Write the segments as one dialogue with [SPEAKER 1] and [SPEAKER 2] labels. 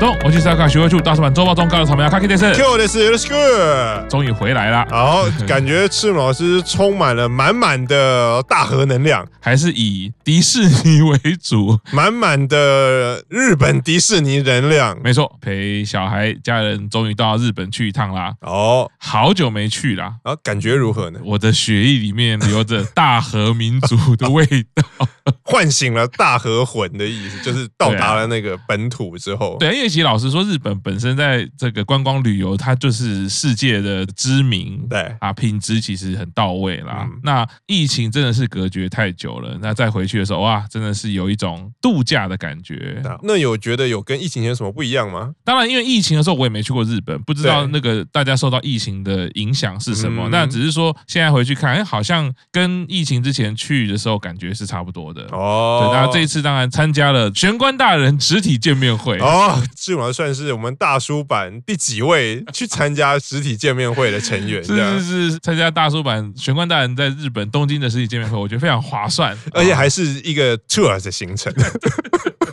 [SPEAKER 1] どうもおじさんから学会处大叔版周报中高的草莓啊阿 K 电视，
[SPEAKER 2] Q 的是 Let's Go。
[SPEAKER 1] 终于回来啦，
[SPEAKER 2] 好，感觉赤木老师充满了满满的大核能量，
[SPEAKER 1] 还是以迪士尼为主，
[SPEAKER 2] 满满的日本迪士尼能量。
[SPEAKER 1] 没错，陪小孩家人终于到日本去一趟啦，
[SPEAKER 2] 哦，
[SPEAKER 1] 好久没去啦。
[SPEAKER 2] 啊，感觉如何呢？
[SPEAKER 1] 我的血液里面流着大和民族的味 道。
[SPEAKER 2] 唤醒了大和魂的意思，就是到达了那个本土之后，
[SPEAKER 1] 对，因为其实老实说，日本本身在这个观光旅游，它就是世界的知名，
[SPEAKER 2] 对
[SPEAKER 1] 啊，品质其实很到位啦。
[SPEAKER 2] 嗯
[SPEAKER 1] 那疫情真的是隔绝太久了，那再回去的时候，哇，真的是有一种度假的感觉。
[SPEAKER 2] 那那有觉得有跟疫情前有什么不一样吗？
[SPEAKER 1] 当然，因为疫情的时候我也没去过日本，不知道
[SPEAKER 2] 对
[SPEAKER 1] 那个大家受到疫情的影响是什么。
[SPEAKER 2] 嗯
[SPEAKER 1] 那只是说现在回去看，哎，好像跟疫情之前去的时候感觉是差不多的。
[SPEAKER 2] 哦
[SPEAKER 1] 对，，那这一次当然参加了玄关大人实体见面会。
[SPEAKER 2] 哦，志勇算是我们大叔版第几位去参加实体见面会的成员，
[SPEAKER 1] 是
[SPEAKER 2] 这样，
[SPEAKER 1] 是是，参加大叔版玄关大人在日本东京的实体见面会，我觉得非常划算，
[SPEAKER 2] 而且还是一个 tour 的行程。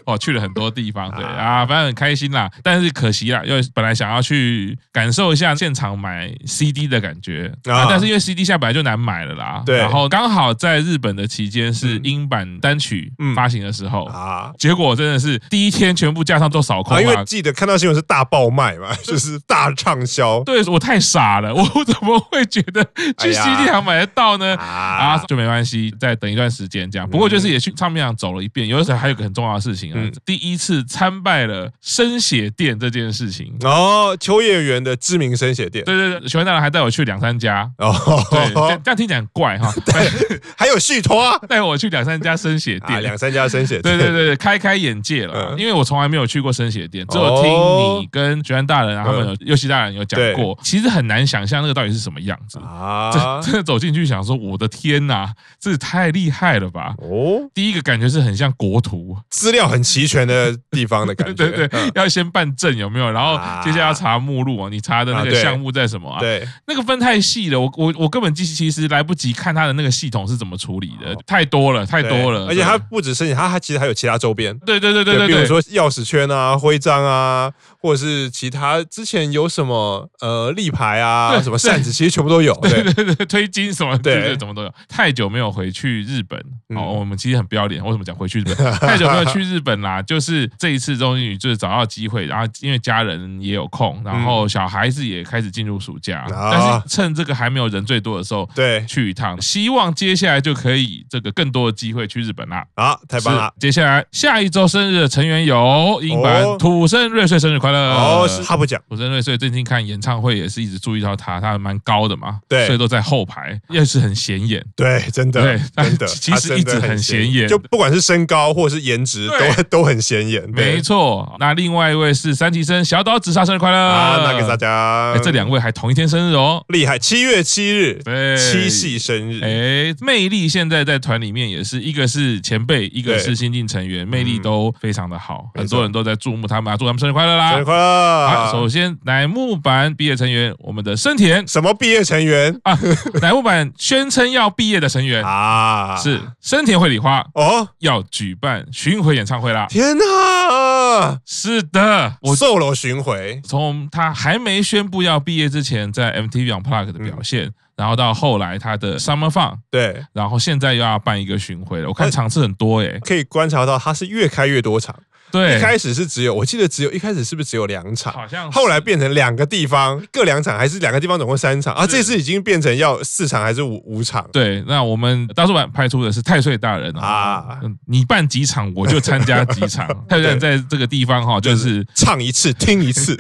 [SPEAKER 1] 哦去了很多地方，对啊，反正很开心啦。但是可惜啦，因为本来想要去感受一下现场买 CD 的感觉啊
[SPEAKER 2] 啊，
[SPEAKER 1] 但是因为 CD 现在本来就难买了啦，
[SPEAKER 2] 对
[SPEAKER 1] 然后刚好在日本的期间是
[SPEAKER 2] 嗯
[SPEAKER 1] 英版单曲
[SPEAKER 2] 嗯
[SPEAKER 1] 发行的时候。
[SPEAKER 2] 啊。
[SPEAKER 1] 结果真的是第一天全部架上都扫空
[SPEAKER 2] 啊，因为
[SPEAKER 1] 了，
[SPEAKER 2] 记得看到新闻是大爆卖 嘛，就是大畅销
[SPEAKER 1] 对我太傻了，我 怎么会觉得
[SPEAKER 2] 哎
[SPEAKER 1] 去
[SPEAKER 2] 呀
[SPEAKER 1] CD 行买得到呢？啊，
[SPEAKER 2] 啊，
[SPEAKER 1] 就没关系，再等一段时间这样。不过就是也去唱片行走了一遍，有的时候还有个很重要的事情啊
[SPEAKER 2] 嗯，
[SPEAKER 1] 第一次参拜了生血店这件事情。
[SPEAKER 2] 然后秋叶原的知名生写店，
[SPEAKER 1] 对对对，喜欢大人还带我去两三家，对，这
[SPEAKER 2] 哦
[SPEAKER 1] 样，这样听起来很怪哈，
[SPEAKER 2] 还有续托啊，
[SPEAKER 1] 带我去两三家生血
[SPEAKER 2] 啊
[SPEAKER 1] 店。
[SPEAKER 2] 两三家生写
[SPEAKER 1] 对
[SPEAKER 2] 店，
[SPEAKER 1] 对对对，开开眼界了，
[SPEAKER 2] 嗯
[SPEAKER 1] 因为我从来没有去过生血店，只有听
[SPEAKER 2] 哦嗯
[SPEAKER 1] 你跟学安大人啊，他们有尤其大人有讲
[SPEAKER 2] 对
[SPEAKER 1] 过，其实很难想象那个到底是什么样子。
[SPEAKER 2] 啊
[SPEAKER 1] 真，真的走进去想说，我的天哪，这也太厉害了吧！
[SPEAKER 2] 哦，
[SPEAKER 1] 第一个感觉是很像国图，
[SPEAKER 2] 资料很齐全的地方的感觉，
[SPEAKER 1] 对对对
[SPEAKER 2] 嗯，
[SPEAKER 1] 要先办证有没有？然后
[SPEAKER 2] 啊
[SPEAKER 1] 接下来要查目录哦，你查的那
[SPEAKER 2] 啊
[SPEAKER 1] 个
[SPEAKER 2] 对
[SPEAKER 1] 项目在什么啊？
[SPEAKER 2] 对，
[SPEAKER 1] 那个分太细了，我我我根本其其实来不及看它的那个系统是怎么处理的，太多了，太
[SPEAKER 2] 太
[SPEAKER 1] 多了。
[SPEAKER 2] 哦而且
[SPEAKER 1] 对
[SPEAKER 2] 它不只是你，它它其实还有其他周边。
[SPEAKER 1] 对对对对
[SPEAKER 2] 比
[SPEAKER 1] 对对，
[SPEAKER 2] 如说钥匙圈啊、徽章啊，或者是其他之前有什么呃立牌啊、
[SPEAKER 1] 对
[SPEAKER 2] 什么扇子，其实全部都有。对，
[SPEAKER 1] 对对对，推金什么，
[SPEAKER 2] 对
[SPEAKER 1] 对对，怎么都有。太久没有回去日本，
[SPEAKER 2] 嗯
[SPEAKER 1] 哦，我们其实很不要脸，为什么讲回去日 本？太久没有去日本啦，就是这一次终于就是找到机会，然后因为家人也有空，然后小孩子也开始进入暑假，
[SPEAKER 2] 嗯啊
[SPEAKER 1] 但是趁这个还没有人最多的时候。
[SPEAKER 2] 对，
[SPEAKER 1] 去一趟，希望接下来就可以这个更多的机会去日本啦。
[SPEAKER 2] 好，太棒了
[SPEAKER 1] 是！接下来下一周生日的成员有英版、
[SPEAKER 2] 哦
[SPEAKER 1] 土生瑞穗生日快乐
[SPEAKER 2] 哦，是他不讲，
[SPEAKER 1] 土生瑞穗最近看演唱会也是一直注意到他，他蛮高的嘛，
[SPEAKER 2] 对
[SPEAKER 1] 所以都在后排，也是很显眼。
[SPEAKER 2] 对，真的
[SPEAKER 1] 对，但
[SPEAKER 2] 真的，
[SPEAKER 1] 其
[SPEAKER 2] 他
[SPEAKER 1] 实
[SPEAKER 2] 真
[SPEAKER 1] 一
[SPEAKER 2] 的
[SPEAKER 1] 直很显眼
[SPEAKER 2] 就不管是身高或者是颜值，
[SPEAKER 1] 对
[SPEAKER 2] 都 都很显眼。对
[SPEAKER 1] 没错，那另外一位是三崎生小岛直沙生日快乐，
[SPEAKER 2] 啊，那给大家
[SPEAKER 1] 哎，这两位还同一天生日哦。
[SPEAKER 2] 厉害，七月七日，
[SPEAKER 1] 对
[SPEAKER 2] 七系生日，
[SPEAKER 1] 哎，魅力现在在团里面也是一个是前辈，一个
[SPEAKER 2] 对嗯
[SPEAKER 1] 是新进成员，魅力都非常的好，
[SPEAKER 2] 没错
[SPEAKER 1] 很多人都在注目他们啊，祝他们生日快乐啦！
[SPEAKER 2] 生日快
[SPEAKER 1] 啊，首
[SPEAKER 2] 乐！
[SPEAKER 1] 先乃木坂毕业成员，我们的生 田
[SPEAKER 2] 什么毕业成员
[SPEAKER 1] 啊，乃木坂宣称要毕业的成员
[SPEAKER 2] 啊？
[SPEAKER 1] 哎是生田绘里花，
[SPEAKER 2] 哦，
[SPEAKER 1] 要举办巡回演唱会啦。
[SPEAKER 2] 天哪！
[SPEAKER 1] 是的，我
[SPEAKER 2] 我 solo 巡回，
[SPEAKER 1] 从他还没宣布要毕业之前，在 MTV on Plug 的表
[SPEAKER 2] 嗯
[SPEAKER 1] 现，然后到后来他的 Summer Fun，
[SPEAKER 2] 对，
[SPEAKER 1] 然后现在又要办一个巡回了。我
[SPEAKER 2] 哎
[SPEAKER 1] 看场次很多诶、
[SPEAKER 2] 可以观察到他是越开越多场，一
[SPEAKER 1] 对，
[SPEAKER 2] 开始是只有，我记得只有一开始是不是只有两场？
[SPEAKER 1] 好像是
[SPEAKER 2] 后来变成两个地方各两场，还是两个地方总共三场啊？
[SPEAKER 1] 是
[SPEAKER 2] 这次已经变成要四场还是五五场？
[SPEAKER 1] 对。那我们大叔版派出的是太岁大人啊
[SPEAKER 2] 啊，
[SPEAKER 1] 嗯你办几场我就参加几 场。太岁大人在这个地方哈，就是。
[SPEAKER 2] 唱一次，听 一次，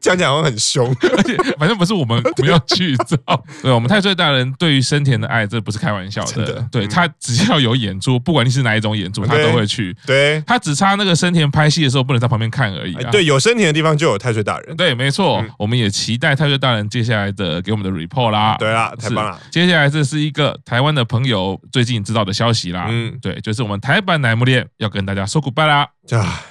[SPEAKER 2] 讲讲好像很凶。
[SPEAKER 1] 而且反正不是我们我们要去造， 对我们太岁大人对于生田的爱，这不是开玩笑的。
[SPEAKER 2] 真的
[SPEAKER 1] 对
[SPEAKER 2] 嗯
[SPEAKER 1] 他只要有演出，不管你是哪一种演出，他都
[SPEAKER 2] 对
[SPEAKER 1] 会去。
[SPEAKER 2] 对，
[SPEAKER 1] 他只差那个生田拍戏的时候不能在旁边看而已、
[SPEAKER 2] 哎
[SPEAKER 1] 啊。
[SPEAKER 2] 对，嗯有身体的地方就有太岁大人。
[SPEAKER 1] 对没错，我们也期待太岁大人接下来的给我们的 report 啦。
[SPEAKER 2] 嗯对啊啦，
[SPEAKER 1] 是，
[SPEAKER 2] 太棒了！
[SPEAKER 1] 接下来这是一个台湾的朋友最近知道的消息啦。
[SPEAKER 2] 嗯
[SPEAKER 1] 对，就是我们台版乃木恋要跟大家说 goodbye 啦。
[SPEAKER 2] 啊，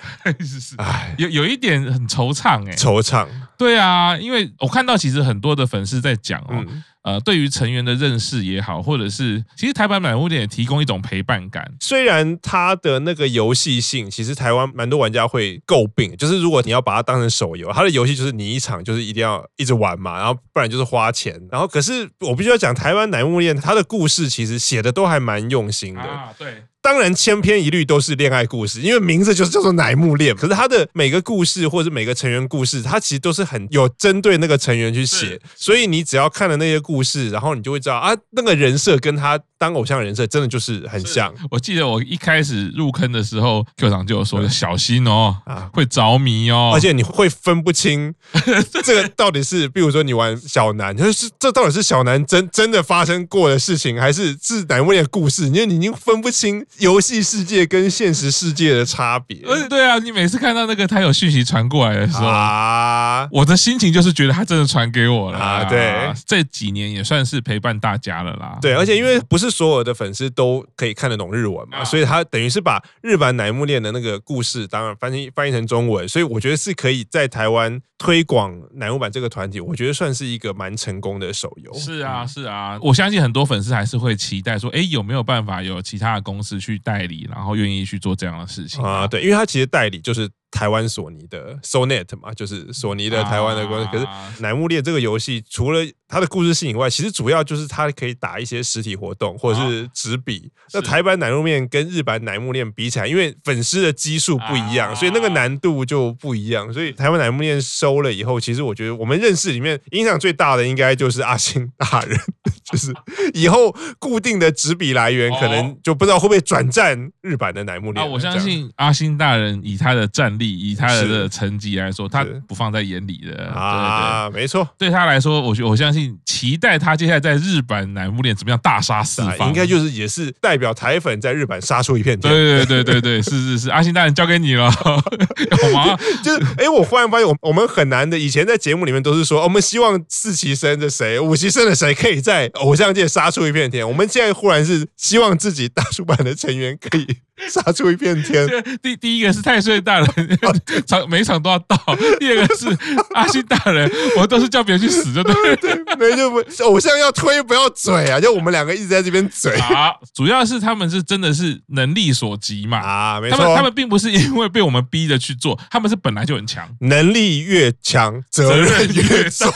[SPEAKER 1] 是是
[SPEAKER 2] 唉，
[SPEAKER 1] 有有一点很惆怅哎、
[SPEAKER 2] 惆怅。
[SPEAKER 1] 对啊，因为我看到其实很多的粉丝在讲哦，
[SPEAKER 2] 嗯，
[SPEAKER 1] 呃，对于成员的认识也好，或者是其实台版满屋店也提供一种陪伴感。
[SPEAKER 2] 虽然它的那个游戏性，其实台湾蛮多玩家会诟病，就是如果你要把它当成手游，它的游戏就是你一场就是一定要一直玩嘛，然后不然就是花钱。然后可是我必须要讲，台湾乃木恋它的故事其实写的都还蛮用心的。
[SPEAKER 1] 啊，对，
[SPEAKER 2] 当然千篇一律都是恋爱故事，因为名字就是叫做乃木恋。可是它的每个故事或者每个成员故事，它其实都是很有针对那个成员去写
[SPEAKER 1] 是，
[SPEAKER 2] 所以你只要看了那些故事，然后你就会知道啊，那个人设跟他当偶像的人设真的就是很像。
[SPEAKER 1] 我记得我一开始入坑的时候，Q 长就有说小心哦
[SPEAKER 2] 啊，
[SPEAKER 1] 会着迷哦，
[SPEAKER 2] 而且你会分 不清这个到底是，比如说你玩小南，就是这到底是小南真真的发生过的事情，还是是乃木恋的故事？因为你已经分不清游戏世界跟现实世界的差别
[SPEAKER 1] 而且对啊，你每次看到那个他有讯息传过来的时候，
[SPEAKER 2] 啊。
[SPEAKER 1] 我的心情就是觉得他真的传给我了
[SPEAKER 2] 啊对，
[SPEAKER 1] 这几年也算是陪伴大家了啦。
[SPEAKER 2] 对，而且因为不是所有的粉丝都可以看得懂日文嘛，
[SPEAKER 1] 啊
[SPEAKER 2] 所以他等于是把日版乃木恋的那个故事，当然翻译翻译成中文，所以我觉得是可以在台湾推广乃木坂这个团体，我觉得算是一个蛮成功的手游。
[SPEAKER 1] 是啊，是啊，我相信很多粉丝还是会期待说，哎，有没有办法有其他的公司去代理，然后愿意去做这样的事情
[SPEAKER 2] 啊，对，因为它其实代理就是台湾索尼的 Sonet 嘛，就是索尼的台湾的公司。
[SPEAKER 1] 啊
[SPEAKER 2] 可是《乃木猎》这个游戏，除了它的故事性以外，其实主要就是它可以打一些实体活动或者是纸笔。那
[SPEAKER 1] 哦是
[SPEAKER 2] 台版《乃木面》跟日版《乃木恋》比起来，因为粉丝的基数不一样，
[SPEAKER 1] 啊
[SPEAKER 2] 所以那个难度就不一样。所以台湾《乃木恋》收了以后，其实我觉得我们认识里面影响最大的应该就是阿星大人， 就是以后固定的纸笔来源可能
[SPEAKER 1] 哦
[SPEAKER 2] 就不知道会不会转战日版的《乃木
[SPEAKER 1] 啊，
[SPEAKER 2] 恋》了。
[SPEAKER 1] 我相
[SPEAKER 2] 这样
[SPEAKER 1] 信阿星大人以他的战力，以他
[SPEAKER 2] 是
[SPEAKER 1] 的成绩来说，他
[SPEAKER 2] 是
[SPEAKER 1] 不放在眼里的。对对，
[SPEAKER 2] 啊，没错，
[SPEAKER 1] 对他来说，我觉我相信期待他接下来在日版乃木恋怎么样大杀四
[SPEAKER 2] 啊
[SPEAKER 1] 方，
[SPEAKER 2] 应该就是也是代表台粉在日本杀出一片天。
[SPEAKER 1] 对对对对对，是是是，阿星大人交给你了， 我马上
[SPEAKER 2] 就是，哎、我忽然发现，我我们很难的。以前在节目里面都是说，哦我们希望四期生的谁、五期生的谁可以在 偶像界杀出一片天。我们现在忽然是希望自己大叔版的成员可以杀出一片 天。
[SPEAKER 1] 第第一个是太岁大 人，场每场都要到；第二个是阿星大人，我都是叫别人去死，就对了。
[SPEAKER 2] 没就不偶像要推不要嘴啊，就我们两个一直在这边嘴
[SPEAKER 1] 啊，主要是他们是真的是能力所及嘛，
[SPEAKER 2] 啊，没
[SPEAKER 1] 他们
[SPEAKER 2] 错
[SPEAKER 1] 他。们并不是因为被我们逼着去做，他们是本来就很强。
[SPEAKER 2] 能力越强，责任越重。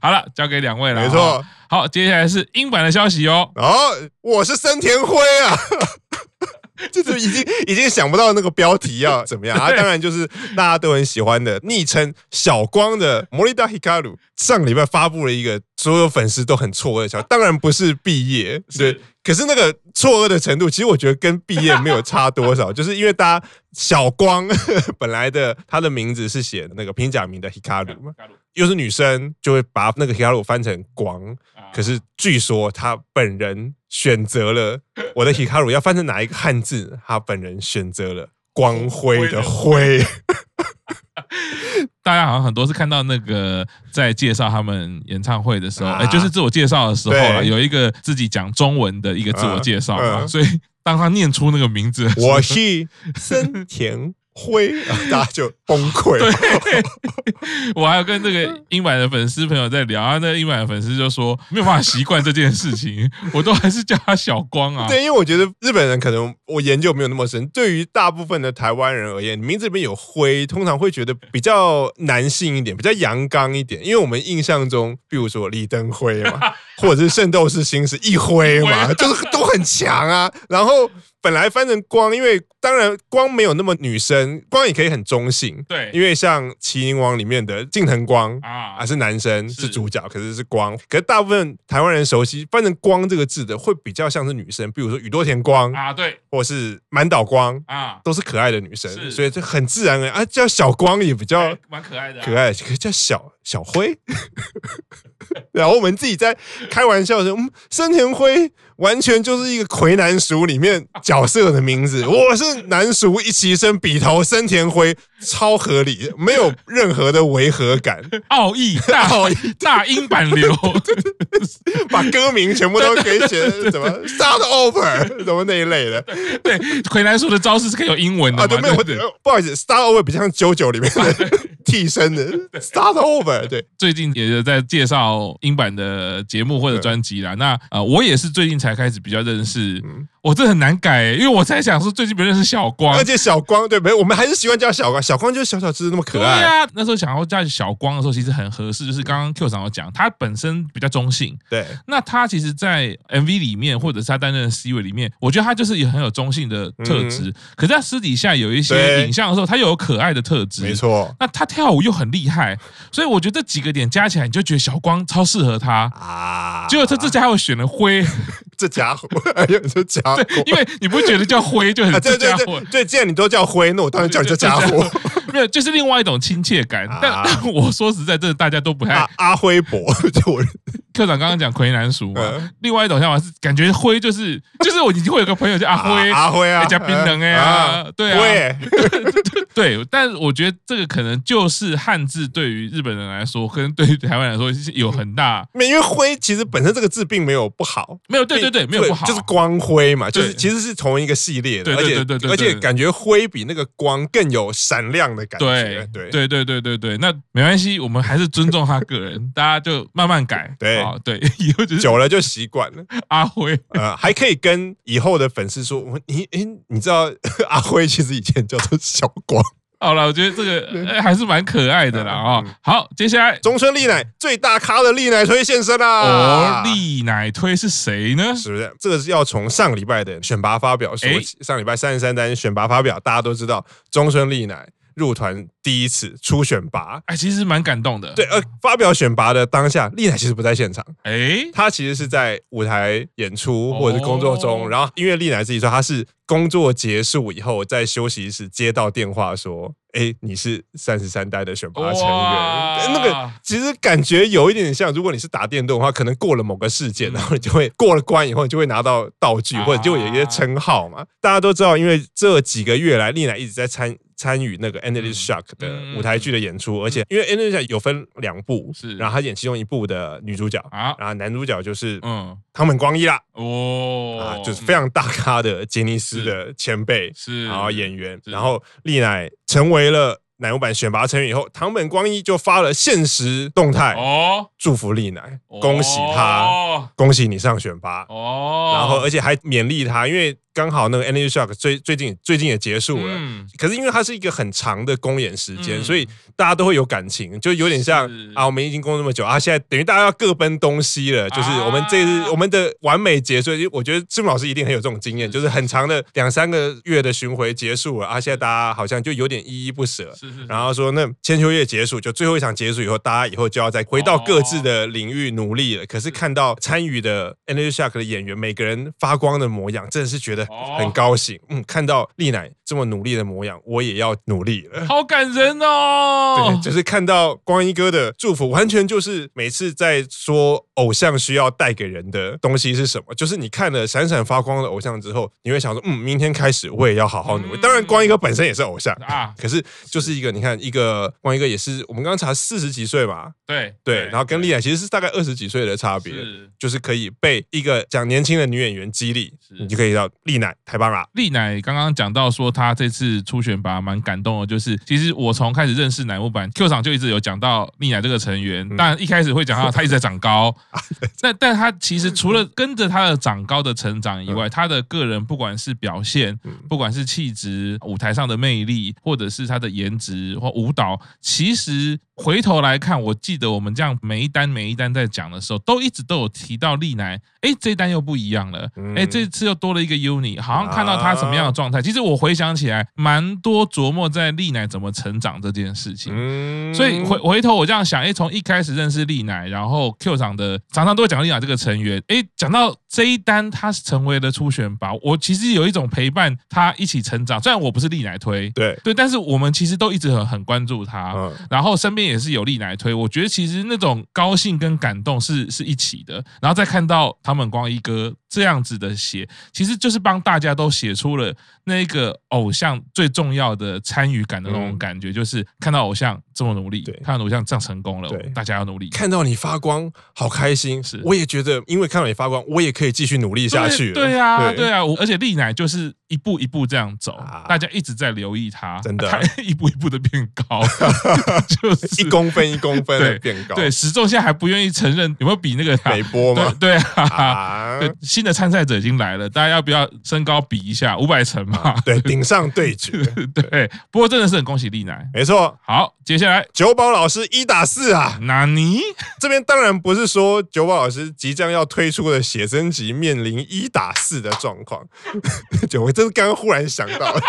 [SPEAKER 1] 好了，交给两位了，
[SPEAKER 2] 没错。
[SPEAKER 1] 好，接下来是英版的消息哦。
[SPEAKER 2] 哦，我是森田辉啊。 就是已经已经想不到那个标题要怎么样啊！当然就是大家都很喜欢的昵称“小光”的莫里达 Hikaru，上礼拜发布了一个所有粉丝都很错愕的消息，当然不是毕业，对
[SPEAKER 1] 是，
[SPEAKER 2] 可是那个错愕的程度，其实我觉得跟毕业没有差多少，就是因为大家小光 本来的他的名字是写那个平假名的 Hikaru 嘛，又是女生，就会把那个 Hikaru 翻成光，
[SPEAKER 1] 啊
[SPEAKER 2] 可是据说他本人选择了我的 Hikaru 要翻成哪一个汉字，他本人选择了光辉的辉。
[SPEAKER 1] 大家好像很多是看到那个在介绍他们演唱会的时候，
[SPEAKER 2] 啊
[SPEAKER 1] 哎、就是自我介绍的时候了，
[SPEAKER 2] 对
[SPEAKER 1] 有一个自己讲中文的一个自我介绍嘛，
[SPEAKER 2] 嗯嗯
[SPEAKER 1] 所以当他念出那个名字的时候，
[SPEAKER 2] 我是森田辉，啊大家就崩溃了。
[SPEAKER 1] 我还有跟那个英版的粉丝朋友在聊，啊，那个英版的粉丝就说没有办法习惯这件事情， 我都还是叫他小光啊。
[SPEAKER 2] 对，因为我觉得日本人可能我研究没有那么深，对于大部分的台湾人而言，名字里面有辉，通常会觉得比较男性一点，比较阳刚一点。因为我们印象中，比如说李登辉嘛，或者是圣斗士星矢一辉嘛，就是都很强啊。然后本来翻成光，因为当然光没有那么女生，光也可以很中性，
[SPEAKER 1] 对，
[SPEAKER 2] 因为像《麒麟王》里面的近藤光。
[SPEAKER 1] 啊
[SPEAKER 2] 啊，，是男生
[SPEAKER 1] 是
[SPEAKER 2] 是主角，可是是光。可是大部分台湾人熟悉，反正“光”这个字的会比较像是女生，比如说宇多田光，
[SPEAKER 1] 啊，对
[SPEAKER 2] 或是满岛光，
[SPEAKER 1] 啊，
[SPEAKER 2] 都是可爱的女生，
[SPEAKER 1] 是
[SPEAKER 2] 所以这很自然而然啊，叫小光也比较
[SPEAKER 1] 哎蛮可爱的啊、
[SPEAKER 2] 可爱，可以叫小小辉。 然后我们自己在开玩笑的时候，嗯，森田辉完全就是一个魁男塾里面角色的名字。我是男塾一起生笔头森田辉，超合理，没有任何的违和感。
[SPEAKER 1] 奥义大
[SPEAKER 2] 奥义
[SPEAKER 1] 大英版 流，
[SPEAKER 2] 把歌名 全部都可以写什么 “start over” 什么那一类的
[SPEAKER 1] 对，魁南说的招式是可以有英文的嘛？
[SPEAKER 2] 啊，对，没有，
[SPEAKER 1] 对
[SPEAKER 2] 我
[SPEAKER 1] 不对
[SPEAKER 2] 呃不好意思，“start over” 比较像 JoJo 里面的替身的 start over，对，
[SPEAKER 1] 最近也有在介绍英版的节目或者专辑
[SPEAKER 2] 嗯
[SPEAKER 1] 啦。那呃，我也是最近才开始比较认识，我这很难改、因为我才想说最近不认识小光
[SPEAKER 2] 而。且小光对，没有，我们还是习惯叫小光，小光就是小小只那么可
[SPEAKER 1] 对
[SPEAKER 2] 爱，
[SPEAKER 1] 啊，那时候想要叫小光的时候，其实很合适，就是刚刚 Q 上有讲，他本身比较中性，
[SPEAKER 2] 对，
[SPEAKER 1] 那他其实，在 MV 里面，或者是他担任的 C 位里面，我觉得他就是也很有中性的特质。可是他私底下有一些
[SPEAKER 2] 嗯对
[SPEAKER 1] 影像的时候，他又有可爱的特质，
[SPEAKER 2] 没。错
[SPEAKER 1] 那他跳舞又很厉害，所以我觉得这几个点加起来，你就觉得小光超适合他。
[SPEAKER 2] 啊，
[SPEAKER 1] 结果他这家伙选了 灰，
[SPEAKER 2] 这家伙， 哎呦，这家伙，
[SPEAKER 1] 因为你不觉得叫灰就很
[SPEAKER 2] 啊，对
[SPEAKER 1] 这
[SPEAKER 2] 对
[SPEAKER 1] 家
[SPEAKER 2] 对
[SPEAKER 1] 伙？
[SPEAKER 2] 对，既然你都叫灰，那我当然叫你这家
[SPEAKER 1] 对
[SPEAKER 2] 伙
[SPEAKER 1] 对没有，就是另外一种亲切感
[SPEAKER 2] 啊。
[SPEAKER 1] 但但我说实在，真的大家都不太
[SPEAKER 2] 阿啊阿辉伯， 就我
[SPEAKER 1] 科长刚刚讲魁南鼠嘛
[SPEAKER 2] 嗯，
[SPEAKER 1] 另外一种想法是感觉灰就是 就是我已经会有个朋友叫阿辉，
[SPEAKER 2] 阿辉啊，
[SPEAKER 1] 加槟榔哎啊，对啊，
[SPEAKER 2] 灰，
[SPEAKER 1] 对，但我觉得这个可能就是汉字对于日本人来说，跟对于台湾人来说是有很大
[SPEAKER 2] 没因为灰其实本身这个字并没有不好。
[SPEAKER 1] 没有对对对没有不好，
[SPEAKER 2] 就是光辉嘛，就
[SPEAKER 1] 对
[SPEAKER 2] 是其实是同一个系列的，
[SPEAKER 1] 对
[SPEAKER 2] 而
[SPEAKER 1] 对
[SPEAKER 2] 且
[SPEAKER 1] 对对对
[SPEAKER 2] 而
[SPEAKER 1] 对
[SPEAKER 2] 且感觉灰比那个光更有闪亮的感
[SPEAKER 1] 对
[SPEAKER 2] 觉，对
[SPEAKER 1] 对对对对对，那没关系，我们还是尊重他个人，大家就慢慢改，
[SPEAKER 2] 对
[SPEAKER 1] 啊对， 以后就是
[SPEAKER 2] 久了就习惯了，
[SPEAKER 1] 阿辉，
[SPEAKER 2] 呃，还可以跟以后的粉丝说，我你诶，你知道 阿辉其实以前叫做小光，
[SPEAKER 1] 好了，我觉得这个呃还是蛮可爱的啦啊。好，接下来
[SPEAKER 2] 嗯中啊村丽乃最大咖的丽乃推现身啦，
[SPEAKER 1] 哦，利乃推是谁呢？
[SPEAKER 2] 是不是？这个是要从上礼拜的选拔发表说
[SPEAKER 1] 哎
[SPEAKER 2] 起。上礼拜三十三单选拔发表，大家都知道中村丽乃入团第一次初选拔。
[SPEAKER 1] 哎，其实蛮感动的，
[SPEAKER 2] 对，，呃，发表选拔的当下，丽乃其实不在现场，
[SPEAKER 1] 哎，
[SPEAKER 2] 她其实是在舞台演出或者是工作中。
[SPEAKER 1] 哦
[SPEAKER 2] 然后，因为丽乃自己说，她是工作结束以后在休息室接到电话说：“哎，你是三十三代的选拔成
[SPEAKER 1] 哇
[SPEAKER 2] 员。”那个其实感觉有一点像，如果你是打电动的话，可能过了某个事件，
[SPEAKER 1] 嗯
[SPEAKER 2] 然后你就会过了关以后，你就会拿到道具，
[SPEAKER 1] 啊
[SPEAKER 2] 或者就有一些称号嘛。大家都知道，因为这几个月来，丽乃一直在参参与那个《Endless Shock》
[SPEAKER 1] 嗯
[SPEAKER 2] 的舞台剧的演出，而且因为《Endless Shock》有分两部，
[SPEAKER 1] 是
[SPEAKER 2] 然后她演其中一部的女主角，
[SPEAKER 1] 啊，
[SPEAKER 2] 然后男主角就是
[SPEAKER 1] 嗯，
[SPEAKER 2] 汤本光一啦，啊
[SPEAKER 1] 哦，，
[SPEAKER 2] 就是非常大咖的杰尼斯的前辈，
[SPEAKER 1] 是，
[SPEAKER 2] 然后演员，
[SPEAKER 1] 是
[SPEAKER 2] 然后丽乃成为了。乃木坂选拔成员以后，唐本光一就发了现实动态，
[SPEAKER 1] 哦，
[SPEAKER 2] 祝福丽乃，哦恭喜她，
[SPEAKER 1] 哦
[SPEAKER 2] 恭喜你上选拔，
[SPEAKER 1] 哦，
[SPEAKER 2] 然后而且还勉励她，因为刚好那个 Energy Shock 最最近最近也结束了。
[SPEAKER 1] 嗯
[SPEAKER 2] 可是因为它是一个很长的公演时间，
[SPEAKER 1] 嗯
[SPEAKER 2] 所以大家都会有感情，就有点像
[SPEAKER 1] 是
[SPEAKER 2] 啊，我们已经工作那么久啊，现在等于大家要各奔东西了。就是我们这次、
[SPEAKER 1] 啊
[SPEAKER 2] 我们的完美结束，因为我觉得志木老师一定很有这种经验，就是很长的两三个月的巡回结束了啊，现在大家好像就有点依依不舍。
[SPEAKER 1] 是是，
[SPEAKER 2] 然后说，那千秋月结束，就最后一场结束以后，大家以后就要再回到各自的领域努力了。可是看到参与的 Energy Shock 的演员，每个人发光的模样，真的是觉得很高兴。嗯，看到丽乃这么努力的模样，我也要努力了。
[SPEAKER 1] 好感人哦
[SPEAKER 2] 对，，就是看到光一哥的祝福，完全就是每次在说偶像需要带给人的东西是什么，就是你看了闪闪发光的偶像之后，你会想说，嗯，明天开始我也要好好努力。当然，光一哥本身也是偶像
[SPEAKER 1] 啊，
[SPEAKER 2] 可是就是一个，你看一个光一个也是，我们刚刚查四十几岁嘛，
[SPEAKER 1] 对
[SPEAKER 2] 对，然后跟丽乃其实是大概二十几岁的差别，
[SPEAKER 1] 是
[SPEAKER 2] 就是可以被一个讲年轻的女演员激励，
[SPEAKER 1] 是
[SPEAKER 2] 你就可以到丽乃台棒啦，
[SPEAKER 1] 丽乃刚刚讲到说，她这次初选拔蛮感动的，就是其实我从开始认识乃木坂 Q 厂就一直有讲到丽乃这个成
[SPEAKER 2] 嗯
[SPEAKER 1] 员，但一开始会讲到她一直在长高，那但她其实除了跟着她的长高的成长以外，她的个人不管是表现，不管是气质、舞台上的魅力，或者是她的颜值或舞蹈，其实回头来看，我记得我们这样每一单每一单在讲的时候，都一直都有提到丽乃，哎，这一单又不一样了，哎，
[SPEAKER 2] 嗯
[SPEAKER 1] 这次又多了一个 UNI，好像看到她什么样的状态。其实我回想起来，蛮多琢磨在丽乃怎么成长这件事情。
[SPEAKER 2] 嗯，
[SPEAKER 1] 所以回回头我这样想，诶，从一开始认识丽乃，然后 Q 厂的常常都会讲到丽乃这个成员，诶，讲到这一单，他成为了初选拔，我其实有一种陪伴他一起成长，虽然我不是丽乃推，
[SPEAKER 2] 对，
[SPEAKER 1] 对，但是我们其实都一直很很关注他。
[SPEAKER 2] 嗯，
[SPEAKER 1] 然后身边也是有力奶推，我觉得其实那种高兴跟感动是是一起的。然后再看到他们光一哥这样子的写，其实就是帮大家都写出了那个偶像最重要的参与感的那种感觉，就是看到偶像这么努力
[SPEAKER 2] 嗯对，
[SPEAKER 1] 他的努力像这样成功了
[SPEAKER 2] 对，
[SPEAKER 1] 大家要努力
[SPEAKER 2] 看到你发光，好开心。
[SPEAKER 1] 是
[SPEAKER 2] 我也觉得，因为看到你发光，我也可以继续努力下去了。
[SPEAKER 1] 对对啊，
[SPEAKER 2] 对
[SPEAKER 1] 对啊，我而且丽奶就是一步一步这样走
[SPEAKER 2] 啊，
[SPEAKER 1] 大家一直在留意她，
[SPEAKER 2] 真的
[SPEAKER 1] 她一步一步的变高，就是
[SPEAKER 2] 一公分一公分
[SPEAKER 1] 对
[SPEAKER 2] 的变高，
[SPEAKER 1] 对，时钟现在还不愿意承认有没有比那个
[SPEAKER 2] 美波
[SPEAKER 1] 对对
[SPEAKER 2] 嘛。
[SPEAKER 1] 啊。
[SPEAKER 2] 啊，
[SPEAKER 1] 对，新的参赛者已经来了，大家要不要身高比一下五百层嘛？
[SPEAKER 2] 对，顶上啊对 决，
[SPEAKER 1] 对，不过真的是很恭喜丽奶。
[SPEAKER 2] 没错。
[SPEAKER 1] 好，接下来
[SPEAKER 2] 九宝老师一打四啊，
[SPEAKER 1] 纳尼？
[SPEAKER 2] 这边当然不是说九宝老师即将要推出的写真集面临一打四的状况， 九，我真是刚刚忽然想到了。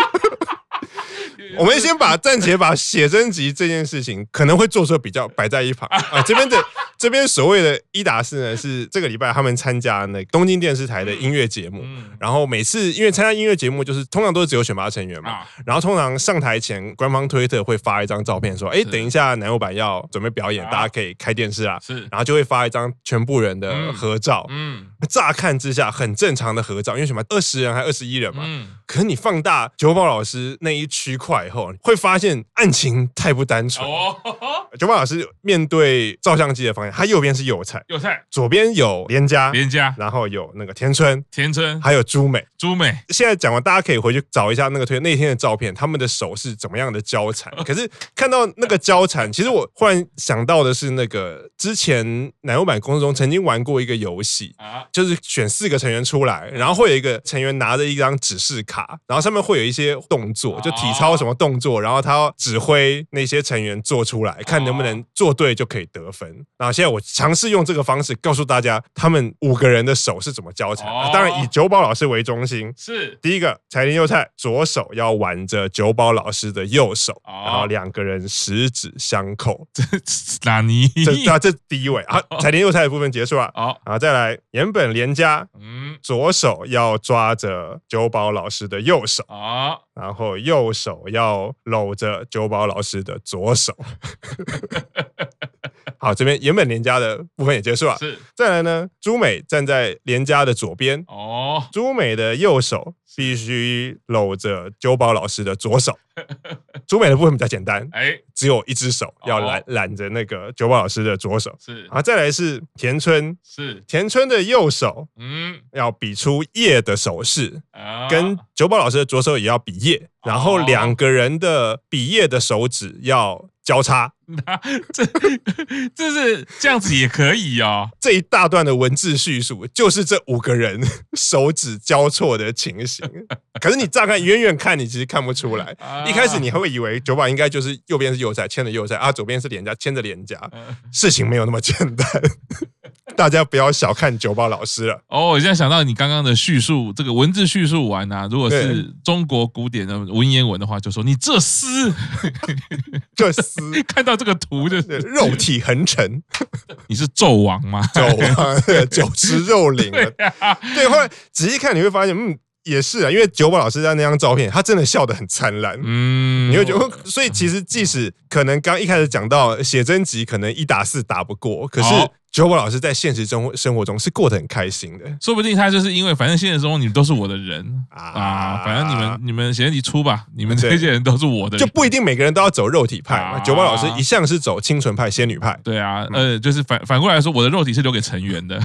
[SPEAKER 2] 我们先把暂且把写真集这件事情可能会做出比较摆在一旁啊。这边的这边所谓的一打四呢，是这个礼拜他们参加那个东京电视台的音乐节目，
[SPEAKER 1] 嗯
[SPEAKER 2] 然后每次因为参加音乐节目就是通常都是只有选拔成员嘛，
[SPEAKER 1] 啊，
[SPEAKER 2] 然后通常上台前，官方推特会发一张照片，说：“哎，等一下，男友版要准备表演，
[SPEAKER 1] 啊
[SPEAKER 2] 大家可以开电视啊。”
[SPEAKER 1] 是，
[SPEAKER 2] 然后就会发一张全部人的合照。
[SPEAKER 1] 嗯
[SPEAKER 2] 乍看之下，很正常的合照，因为什么二十人还二十一人嘛。
[SPEAKER 1] 嗯，
[SPEAKER 2] 可是你放大九宝老师那一区块以后，会发现案情太不单纯。
[SPEAKER 1] 哦，
[SPEAKER 2] 九宝老师面对照相机的方向，他右边是有菜，
[SPEAKER 1] 有菜，
[SPEAKER 2] 左边有连家，
[SPEAKER 1] 连家、
[SPEAKER 2] 然后有那个田村，
[SPEAKER 1] 田村、
[SPEAKER 2] 还有朱美。
[SPEAKER 1] 朱美，
[SPEAKER 2] 现在讲完，大家可以回去找一下那个推那天的照片，他们的手是怎么样的交缠。可是看到那个交缠，其实我忽然想到的是，那个之前奶油版公司中曾经玩过一个游戏。
[SPEAKER 1] 啊，
[SPEAKER 2] 就是选四个成员出来，然后会有一个成员拿着一张指示卡，然后上面会有一些动作，就体操什么动作，然后他要指挥那些成员做出来，看能不能做对就可以得分。然后现在我尝试用这个方式告诉大家，他们五个人的手是怎么交缠的。
[SPEAKER 1] 哦
[SPEAKER 2] 当然以九宝老师为中心，
[SPEAKER 1] 是
[SPEAKER 2] 第一个柴田佑菜左手要挽着九宝老师的右手，
[SPEAKER 1] 哦
[SPEAKER 2] 然后两个人十指相扣，
[SPEAKER 1] 纳尼？
[SPEAKER 2] 这对啊，这是第一位啊。
[SPEAKER 1] 哦
[SPEAKER 2] 柴田佑菜的部分结束了，
[SPEAKER 1] 好，
[SPEAKER 2] 然后再来岩本莲加
[SPEAKER 1] 嗯，
[SPEAKER 2] 左手要抓着九宝老师的右手，
[SPEAKER 1] 好，
[SPEAKER 2] 然后右手要搂着九宝老师的 左手。好，这边岩本莲加的部分也结束了。
[SPEAKER 1] 是，
[SPEAKER 2] 再来呢，朱美站在莲加的左边，
[SPEAKER 1] 哦，
[SPEAKER 2] 朱美的右手必须搂着九宝老师的左手。朱美的部分比较简单，
[SPEAKER 1] 哎，
[SPEAKER 2] 只有一只手要
[SPEAKER 1] 哦
[SPEAKER 2] 揽揽着那个九宝老师的左手。
[SPEAKER 1] 是
[SPEAKER 2] 然后再来是田村，
[SPEAKER 1] 是，
[SPEAKER 2] 田村的右手
[SPEAKER 1] 嗯，
[SPEAKER 2] 要比出叶的手势，
[SPEAKER 1] 啊，
[SPEAKER 2] 跟九宝老师的左手也要比叶，然后
[SPEAKER 1] 哦
[SPEAKER 2] 两个人的比叶的手指要交叉。
[SPEAKER 1] 这这是这样子也可以哦，
[SPEAKER 2] 这一大段的文字叙述，就是这五个人 手指交错的情形。可是你乍看远远看，你其实看不出来。
[SPEAKER 1] 啊
[SPEAKER 2] 一开始你还会以为九宝应该就是右边是右菜牵着右菜啊，左边是脸颊牵着脸颊，事情没有那么简单。大家不要小看九宝老师了，
[SPEAKER 1] 哦，我现在想到你刚刚的叙述，这个文字叙述完啊，如果是中国古典的文言文的话，就说你这厮
[SPEAKER 2] 这丝
[SPEAKER 1] 看到这个图就
[SPEAKER 2] 对
[SPEAKER 1] 是
[SPEAKER 2] 肉体横陈，
[SPEAKER 1] 你是纣王吗？
[SPEAKER 2] 九啊酒池肉林了。对，后来仔细看你会发现，嗯，也是啊，因为九宝老师在那张照片，他真的笑得很灿烂。
[SPEAKER 1] 嗯，
[SPEAKER 2] 你会觉得，嗯 所以其实即使可能刚一开始讲到写真集，可能一打四打不过，可是
[SPEAKER 1] 好
[SPEAKER 2] 九宝老师在现实中生活中是过得很开心的。
[SPEAKER 1] 说不定他就是因为反正现实中你们都是我的人
[SPEAKER 2] 啊
[SPEAKER 1] 啊反正你们你们写你出吧，你们这
[SPEAKER 2] 对
[SPEAKER 1] 些人都是我的
[SPEAKER 2] 就
[SPEAKER 1] 人。
[SPEAKER 2] 不一定每个人都要走肉体派嘛，
[SPEAKER 1] 啊
[SPEAKER 2] 九宝老师一向是走清纯派、仙女 派，
[SPEAKER 1] 对啊，呃，就是反反过来说，我的肉体是留给成员的。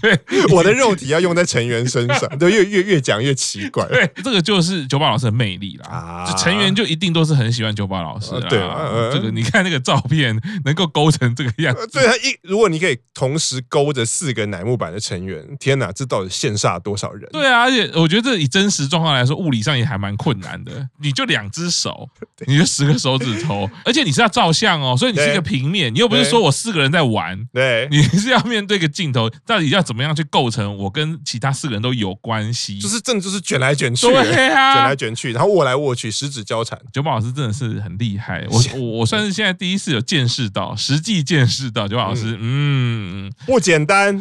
[SPEAKER 1] 对
[SPEAKER 2] 我的肉体要用在成员身上，对，越越越讲越奇怪。
[SPEAKER 1] 对，这个就是九把老师的魅力啦。
[SPEAKER 2] 啊
[SPEAKER 1] 就成员就一定都是很喜欢九把老师
[SPEAKER 2] 呃
[SPEAKER 1] 啦。
[SPEAKER 2] 对呃
[SPEAKER 1] 这个你看那个照片，能够勾成这个样
[SPEAKER 2] 呃
[SPEAKER 1] 子，
[SPEAKER 2] 对他一，如果你可以同时勾着四个乃木坂的成员，天哪，这到底羡煞多少人？
[SPEAKER 1] 对啊，而且我觉得这以真实状况来说，物理上也还蛮困难的。你就两只 手，你就十个手指头，而且你是要照相哦，所以你是一个平面，你又不是
[SPEAKER 2] 对
[SPEAKER 1] 说我四个人在玩。
[SPEAKER 2] 对，
[SPEAKER 1] 你是要面对一个镜头，到底要怎么样去构成我跟其他四个人都有关系？
[SPEAKER 2] 就是真的就是卷来卷去，卷
[SPEAKER 1] 对啊
[SPEAKER 2] 来，卷去，然后握来握去，十指交缠。
[SPEAKER 1] 九宝老师真的是很厉害，我
[SPEAKER 2] 是
[SPEAKER 1] 我我算是现在第一次有见识到，实际见识到九宝老师，嗯，
[SPEAKER 2] 不 简单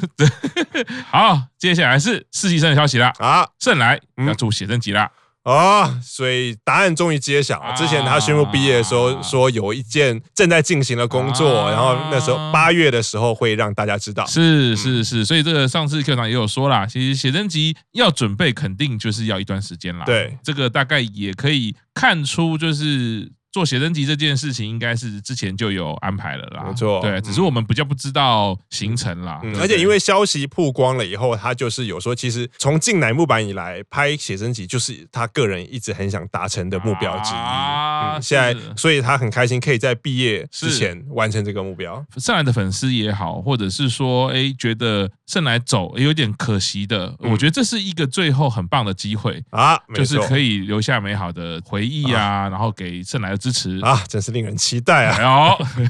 [SPEAKER 1] 好，接下来是实习生的消息啦，
[SPEAKER 2] 啊
[SPEAKER 1] 盛来
[SPEAKER 2] 嗯
[SPEAKER 1] 要出写真集啦，
[SPEAKER 2] 啊！所以答案终于揭晓了。之前他宣布毕业的时候
[SPEAKER 1] 啊
[SPEAKER 2] 说有一件正在进行的工作，
[SPEAKER 1] 啊
[SPEAKER 2] 然后那时候八月的时候会让大家知道。
[SPEAKER 1] 是
[SPEAKER 2] 嗯
[SPEAKER 1] 是是，所以这个上次 Q 长也有说啦，其实写真集要准啊备，肯定就是要一段时间啦。
[SPEAKER 2] 对，
[SPEAKER 1] 这个大概也可以看出，就是做写真集这件事情，应该是之前就有安排了啦。
[SPEAKER 2] 没错
[SPEAKER 1] 对，
[SPEAKER 2] 嗯
[SPEAKER 1] 只是我们比较不知道行程啦。
[SPEAKER 2] 嗯
[SPEAKER 1] 对
[SPEAKER 2] 而且因为消息曝光了以后，他就是有说，其实从进乃木坂以来，拍写真集就是他个人一直很想达成的目标之一。
[SPEAKER 1] 啊
[SPEAKER 2] 嗯，现在
[SPEAKER 1] 是
[SPEAKER 2] 所以他很开心可以在毕业之
[SPEAKER 1] 是
[SPEAKER 2] 前完成这个目标。
[SPEAKER 1] 圣来的粉丝也好，或者是说，哎，觉得圣来走有点可惜的，
[SPEAKER 2] 嗯
[SPEAKER 1] 我觉得这是一个最后很棒的机会。
[SPEAKER 2] 啊，没
[SPEAKER 1] 就是
[SPEAKER 2] 错
[SPEAKER 1] 可以留下美好的回忆啊，然后给圣来的支持。
[SPEAKER 2] 啊，真是令人期待啊！
[SPEAKER 1] 哎呦，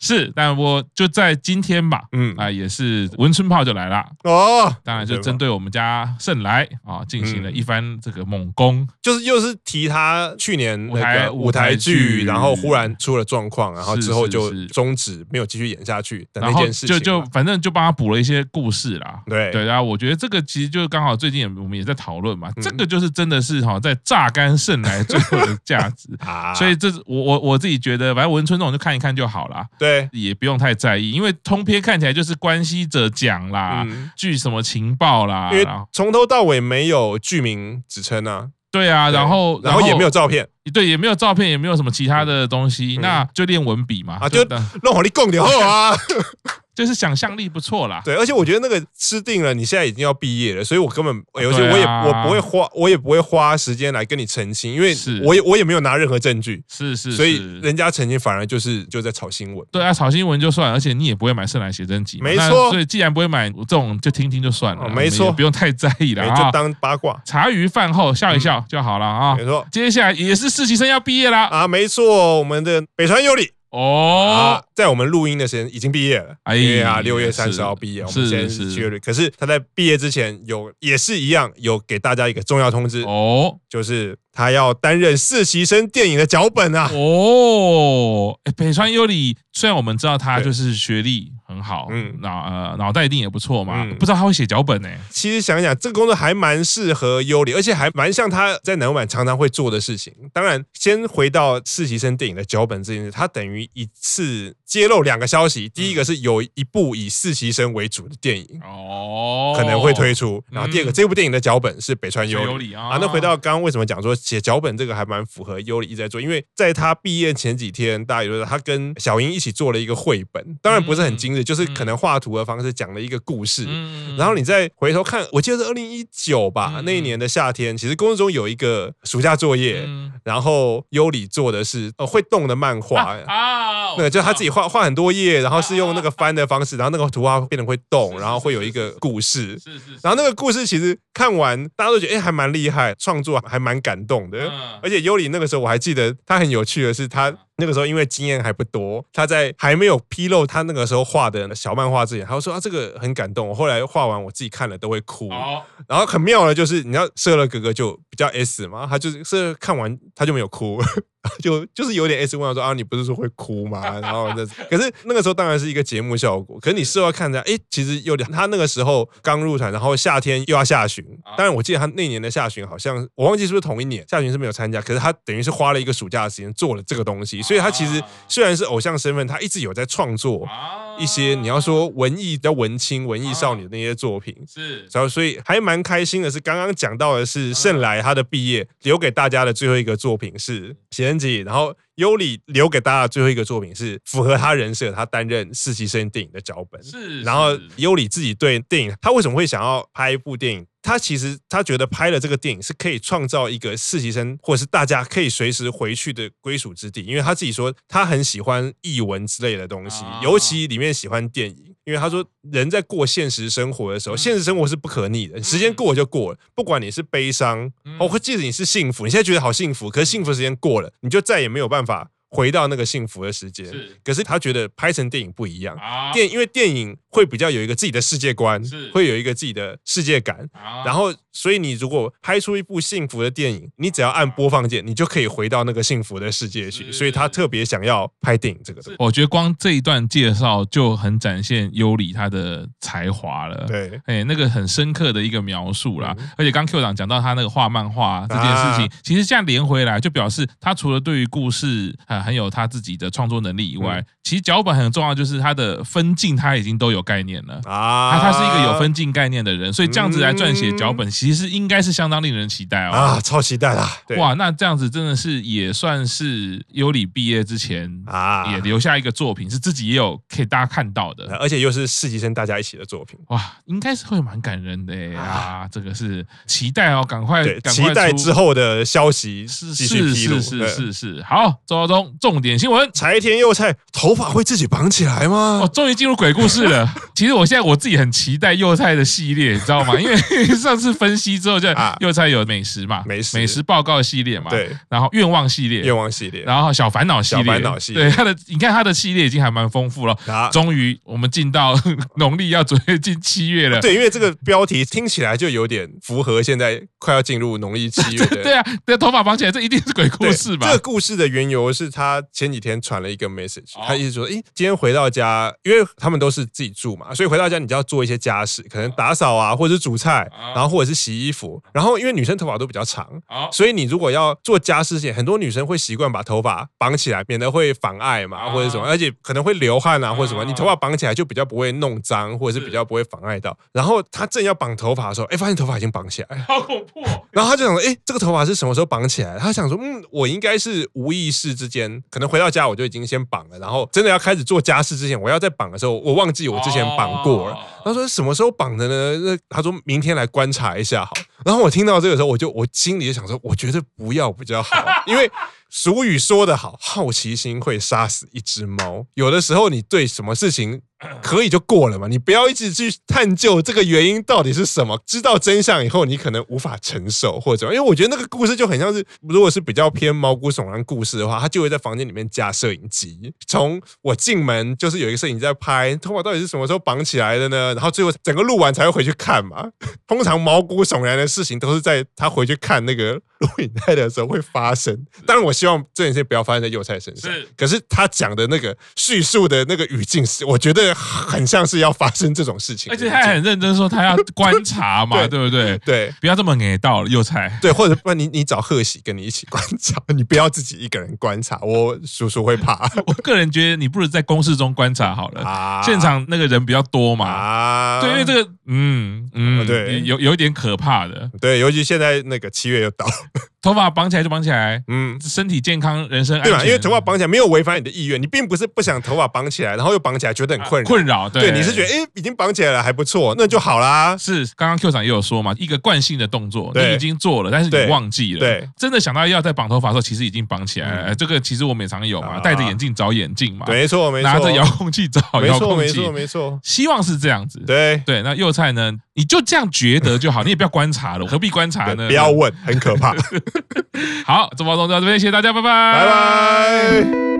[SPEAKER 1] 是，但我就在今天吧，
[SPEAKER 2] 嗯，
[SPEAKER 1] 啊，也是文春炮就来啦，
[SPEAKER 2] 哦，
[SPEAKER 1] 当然就针
[SPEAKER 2] 吧嗯
[SPEAKER 1] 对我们家圣来啊，进行了一番这个猛攻。
[SPEAKER 2] 就是又是提他去年
[SPEAKER 1] 舞台
[SPEAKER 2] 那个舞台
[SPEAKER 1] 舞台剧
[SPEAKER 2] 剧，然后忽然出了状况，然后
[SPEAKER 1] 是
[SPEAKER 2] 之后
[SPEAKER 1] 是
[SPEAKER 2] 就是终止，没有继续演下去的
[SPEAKER 1] 然
[SPEAKER 2] 那
[SPEAKER 1] 后
[SPEAKER 2] 件事情
[SPEAKER 1] 就
[SPEAKER 2] 嘛。
[SPEAKER 1] 就反正就帮他补了一些故事啦，
[SPEAKER 2] 对
[SPEAKER 1] 对，然后我觉得这个其实就刚好最近也我们也在讨论嘛，
[SPEAKER 2] 嗯，
[SPEAKER 1] 这个就是真的是哈在榨干圣来最后的价值
[SPEAKER 2] 啊，
[SPEAKER 1] 所以这是我我我自己觉得，反正文春这种就看一看就好啦。
[SPEAKER 2] 对，
[SPEAKER 1] 也不用太在意，因为通篇看起来就是关系者讲啦，
[SPEAKER 2] 嗯
[SPEAKER 1] 据什么情报啦，
[SPEAKER 2] 因为
[SPEAKER 1] 啊然后
[SPEAKER 2] 从头到尾没有剧名指称啊，
[SPEAKER 1] 对啊，
[SPEAKER 2] 对
[SPEAKER 1] 然后
[SPEAKER 2] 然后也没有照片
[SPEAKER 1] 对，也没有照片，也没有什么其他的东西，
[SPEAKER 2] 嗯
[SPEAKER 1] 那就练文笔嘛，
[SPEAKER 2] 啊，就
[SPEAKER 1] 当
[SPEAKER 2] 弄好你供点 后啊。
[SPEAKER 1] 就是想象力不错啦。
[SPEAKER 2] 对，而且我觉得那个吃定了，你现在已经要毕业了，所以我根本，而且
[SPEAKER 1] 对啊
[SPEAKER 2] 我也我不会花，我也不会花时间来跟你澄清，因为
[SPEAKER 1] 是
[SPEAKER 2] 我也我也没有拿任何证据，
[SPEAKER 1] 是是，
[SPEAKER 2] 所以
[SPEAKER 1] 是
[SPEAKER 2] 人家澄清反而就是就在炒新闻。
[SPEAKER 1] 对啊，炒新闻就算了，而且你也不会买圣兰写真集嘛，
[SPEAKER 2] 没
[SPEAKER 1] 那
[SPEAKER 2] 错
[SPEAKER 1] 所以既然不会买这种，就听听就算了，啊
[SPEAKER 2] 哦没错
[SPEAKER 1] 我们也不用太在意了
[SPEAKER 2] 哎，
[SPEAKER 1] 啊
[SPEAKER 2] 就。当八卦，
[SPEAKER 1] 茶余饭后笑一笑就好了啊
[SPEAKER 2] 没。错
[SPEAKER 1] 接下来也是实习生要毕业啦，
[SPEAKER 2] 啊，没错，我们的北川有理
[SPEAKER 1] 哦
[SPEAKER 2] 啊，，在我们录音的时间已经毕业了，
[SPEAKER 1] 哎
[SPEAKER 2] 因为啊，六月
[SPEAKER 1] 是
[SPEAKER 2] 三十号毕业，我们
[SPEAKER 1] 是
[SPEAKER 2] 今天
[SPEAKER 1] 是
[SPEAKER 2] 是七月六，可是他在毕业之前有也是一样有给大家一个重要通知，
[SPEAKER 1] 哦
[SPEAKER 2] 就是他要担任实习生电影的脚本啊。
[SPEAKER 1] 哦，哎北川优里，虽然我们知道他
[SPEAKER 2] 对
[SPEAKER 1] 就是学历很好，嗯
[SPEAKER 2] 嗯，
[SPEAKER 1] 脑呃脑袋一定也不错嘛，
[SPEAKER 2] 嗯
[SPEAKER 1] 不知道他会写脚本呢。
[SPEAKER 2] 其实想一想，这个工作还蛮适合优里，而且还蛮像他在南晚常常会做的事情。当然，先回到实习生电影的脚本这件事，他等于一次揭露两个消息：第一个是有一部以实习生为主的电影
[SPEAKER 1] 哦，
[SPEAKER 2] 可能会推出，然后第二个，
[SPEAKER 1] 嗯
[SPEAKER 2] 这部电影的脚本是北川
[SPEAKER 1] 有
[SPEAKER 2] 优里。
[SPEAKER 1] 理啊
[SPEAKER 2] 啊，那回到刚刚为什么讲说写脚本这个还蛮符合优里一直在做，因为在他毕业前几天，大家也都知道他跟小英一起做了一个绘本，当然不是很精致，就是可能画图的方式讲了一个故事，
[SPEAKER 1] 嗯，
[SPEAKER 2] 然后你再回头看，我记得是二零一九吧，
[SPEAKER 1] 嗯
[SPEAKER 2] 那一年的夏天，其实工作中有一个暑假作业，
[SPEAKER 1] 嗯
[SPEAKER 2] 然后优里做的是呃会动的漫画。
[SPEAKER 1] 啊，
[SPEAKER 2] 那个就是他自己
[SPEAKER 1] 己
[SPEAKER 2] 画画很多页，然后是用那个翻的方式，然后那个图画变得会
[SPEAKER 1] 是
[SPEAKER 2] 动，
[SPEAKER 1] 是
[SPEAKER 2] 然后会有一
[SPEAKER 1] 是
[SPEAKER 2] 个
[SPEAKER 1] 是是
[SPEAKER 2] 故事，
[SPEAKER 1] 是是，
[SPEAKER 2] 然后那个故事其实看完大家都觉得哎还蛮厉害，创作还蛮感动的。
[SPEAKER 1] 嗯
[SPEAKER 2] 而且尤里那个时候我还记得他很有趣的是，他那个时候因为经验还不多，他在还没有披露他那个时候画的小漫画之前，他就说啊这个很感动，我后来画完我自己看了都会哭。
[SPEAKER 1] 哦，
[SPEAKER 2] 然后很妙的就是，你知道射了哥哥就比较 S 嘛，他就是射了看完他就没有哭， 就就是有点 S 问他说啊你不是说会哭吗？ 然后这可是那个时候当然是一个节目效果，可是你事后看着，哎，其实有点他那个时候刚入团，然后夏天又要下旬，
[SPEAKER 1] 啊
[SPEAKER 2] 当然我记得他那年的下旬好像我忘记是不是同一年下旬是没有参加，可是他等于是花了一个暑假的时间做了这个东西，所以他其实
[SPEAKER 1] 啊
[SPEAKER 2] 虽然是偶像身份，他一直有在创作
[SPEAKER 1] 啊
[SPEAKER 2] 一些你要说文艺比较文青文艺少女的那些作品，
[SPEAKER 1] 是
[SPEAKER 2] 然后所以还蛮开心的是，刚刚讲到的是盛来他的毕业留给大家的最后一个作品是写真集，然后优里留给大家的最后一个作品是符合他人设，他担任实习生电影的脚本。
[SPEAKER 1] 是，
[SPEAKER 2] 然后
[SPEAKER 1] 是
[SPEAKER 2] 优里自己对电影，他为什么会想要拍一部电影？他其实他觉得拍了这个电影是可以创造一个实习生或者是大家可以随时回去的归属之地，因为他自己说他很喜欢译文之类的东西
[SPEAKER 1] 啊，
[SPEAKER 2] 尤其里面喜欢电影，因为他说人在过现实生活的时候，
[SPEAKER 1] 嗯
[SPEAKER 2] 现实生活是不可逆的，时间过了就过了，不管你是悲伤
[SPEAKER 1] 嗯，
[SPEAKER 2] 哦，或即使你是幸福，你现在觉得好幸福，可是幸福时间过了，你就再也没有办法回到那个幸福的时间
[SPEAKER 1] 是。
[SPEAKER 2] 可是他觉得拍成电影不一样，
[SPEAKER 1] 啊
[SPEAKER 2] 电，因为电影会比较有一个自己的世界观
[SPEAKER 1] 是，
[SPEAKER 2] 会有一个自己的世界感。
[SPEAKER 1] 然
[SPEAKER 2] 然后，所以你如果拍出一部幸福的电影，你只要按播放键，你就可以回到那个幸福的世界去。
[SPEAKER 1] 是
[SPEAKER 2] 所以他特别想要拍电影这个东西。
[SPEAKER 1] 我觉得光这一段介绍就很展现尤里他的才华了。。
[SPEAKER 2] 对，
[SPEAKER 1] 哎、那个很深刻的一个描述啦，
[SPEAKER 2] 嗯
[SPEAKER 1] 而且刚 Q 长讲到他那个画漫画这件事情，
[SPEAKER 2] 啊
[SPEAKER 1] 其实这样连回来就表示他除了对于故事啊、呃很有他自己的创作能力以外，
[SPEAKER 2] 嗯
[SPEAKER 1] 其实脚本很重要，就是他的分镜他已经都有概念了。
[SPEAKER 2] 啊嗯
[SPEAKER 1] 他他是一个有分镜概念的人，所以这样子来撰写脚本，其实应该是相当令人期待哦。
[SPEAKER 2] 啊，超期待啦！对
[SPEAKER 1] 哇，那这样子真的是也算是优里毕业之前
[SPEAKER 2] 啊，
[SPEAKER 1] 也留下一个作品，是自己也有可以大家看到的。
[SPEAKER 2] 而且又是实习生大家一起的作品，
[SPEAKER 1] 哇，应该是会蛮感人的耶
[SPEAKER 2] 啊
[SPEAKER 1] 啊！这个是期待哦，赶快
[SPEAKER 2] 对，
[SPEAKER 1] 赶
[SPEAKER 2] 期
[SPEAKER 1] 快
[SPEAKER 2] 待
[SPEAKER 1] 出
[SPEAKER 2] 之后的消息
[SPEAKER 1] 是
[SPEAKER 2] 继续
[SPEAKER 1] 是
[SPEAKER 2] 披露。嗯
[SPEAKER 1] 是
[SPEAKER 2] 对
[SPEAKER 1] 是是是，好，周耀忠重点新闻。
[SPEAKER 2] 柴田佑菜头发会自己绑起来
[SPEAKER 1] 哦，
[SPEAKER 2] 吗？
[SPEAKER 1] 终于进入鬼故事 了。其实我现在我自己很期待幼菜的系列，你知 道吗？因为上次分析之后，就
[SPEAKER 2] 啊
[SPEAKER 1] 幼菜有美食嘛，
[SPEAKER 2] 美食
[SPEAKER 1] 美食报告系列嘛，，
[SPEAKER 2] 对，
[SPEAKER 1] 然后愿望系列
[SPEAKER 2] 愿，望系列
[SPEAKER 1] 然后小烦恼系列，
[SPEAKER 2] 小烦恼系列
[SPEAKER 1] 对他的，你看他的系列已经还蛮丰富了。
[SPEAKER 2] 啊，
[SPEAKER 1] 终于，我们进到 农历要准备进七月了。
[SPEAKER 2] 对，因为这个标题听起来就有点符合现在快要进入农历七月 的
[SPEAKER 1] 对啊，那头发绑起来，这一定是鬼故
[SPEAKER 2] 对
[SPEAKER 1] 事吧
[SPEAKER 2] 这个？故事的缘由是他前几天传了一个 message，、
[SPEAKER 1] 哦
[SPEAKER 2] 他意思说，诶，今天回到家，因为他们都是自己住嘛，所以回到家你就要做一些家事，可能打扫啊，或者是煮菜，
[SPEAKER 1] 啊
[SPEAKER 2] 然后或者是洗衣服。然后因为女生头发都比较长，
[SPEAKER 1] 好，
[SPEAKER 2] 所以你如果要做家事情，很多女生会习惯把头发绑起来，免得会妨碍嘛，
[SPEAKER 1] 啊
[SPEAKER 2] 或者什么，而且可能会流汗啊，或者什么。
[SPEAKER 1] 啊
[SPEAKER 2] 你头发绑起来就比较不会弄脏，或者是
[SPEAKER 1] 是
[SPEAKER 2] 比较不会妨碍到。然后她正要绑头发的时候，哎，发现头发已经绑起来了。
[SPEAKER 1] 好恐怖哦！
[SPEAKER 2] 然后他就想说，哎，这个头发是什么时候绑起来的？他想说，嗯，我应该是无意识之间，可能回到家我就已经先绑了，然后真的要开始做家事之前，我要再绑的时候，我忘记我之前绑过了。
[SPEAKER 1] 哦
[SPEAKER 2] 他说什么时候绑的呢？那他说明天来观察一下好。然后我听到这个时候，我就我心里就想说，我觉得不要比较好，因为俗语说得好，好奇心会杀死一只猫。有的时候你对什么事情可以就过了嘛，你不要一直去探究这个原因到底是什么。知道真相以后，你可能无法承受或者怎么样因为我觉得那个故事就很像是，如果是比较偏毛骨悚然故事的话，他就会在房间里面架摄影机。从我进门就是有一个摄影机在拍，头发到底是什么时候绑起来的呢？然后最后整个录完才会回去看嘛。通常毛骨悚然的事情都是在他回去看那个录影带的时候会发生。当然，我希望这件事不要发生在幼菜身上。
[SPEAKER 1] 是
[SPEAKER 2] 可是他讲的那个叙述的那个语境，是我觉得很像是要发生这种事情
[SPEAKER 1] 而
[SPEAKER 2] 的
[SPEAKER 1] 且
[SPEAKER 2] 语境。
[SPEAKER 1] 他还很认真说他要观察嘛，
[SPEAKER 2] 对
[SPEAKER 1] 对不对？
[SPEAKER 2] 对
[SPEAKER 1] 不要这么给到了，又菜。
[SPEAKER 2] 对，或者不然你你找贺喜跟你一起观察，你不要自己一个人观察，我叔叔会怕
[SPEAKER 1] 我个人觉得你不如在公示中观察好了，
[SPEAKER 2] 啊。
[SPEAKER 1] 现场那个人比较多嘛。
[SPEAKER 2] 啊，
[SPEAKER 1] 对，因为这个，嗯嗯，
[SPEAKER 2] 对
[SPEAKER 1] 有有一点可怕的，
[SPEAKER 2] 对，尤其现在那个七月又到了，
[SPEAKER 1] 头发绑起来就绑起来，
[SPEAKER 2] 嗯。
[SPEAKER 1] 身体健康，人身安
[SPEAKER 2] 对
[SPEAKER 1] 全
[SPEAKER 2] 吧？因为头发绑起来没有违反你的意愿，你并不是不想头发绑起来，然后又绑起来觉得很困
[SPEAKER 1] 啊
[SPEAKER 2] 扰。
[SPEAKER 1] 困扰，
[SPEAKER 2] 对，你是觉得诶已经绑起来了还不错，那就好啦。
[SPEAKER 1] 是刚刚 Q 长也有说嘛，一个惯性的动作，
[SPEAKER 2] 对
[SPEAKER 1] 你已经做了，但是
[SPEAKER 2] 对
[SPEAKER 1] 你忘记了。
[SPEAKER 2] 对，嗯
[SPEAKER 1] 真的想到要再绑头发的时候，其实已经绑起来了。这个其实我们也常有
[SPEAKER 2] 啊
[SPEAKER 1] 嘛，戴着眼镜找眼镜嘛，
[SPEAKER 2] 对，没错，没错，
[SPEAKER 1] 拿着遥控器找
[SPEAKER 2] 没
[SPEAKER 1] 遥
[SPEAKER 2] 错，
[SPEAKER 1] 控
[SPEAKER 2] 没
[SPEAKER 1] 器
[SPEAKER 2] 错，，没错，
[SPEAKER 1] 希望是这样子。
[SPEAKER 2] 对，
[SPEAKER 1] 对，那幼菜呢？你就这样觉得就好，你也不要观察了，何必观察 呢？
[SPEAKER 2] 不要问，很可怕。
[SPEAKER 1] 好，这包中到这边，谢谢大家，拜拜，
[SPEAKER 2] 拜拜。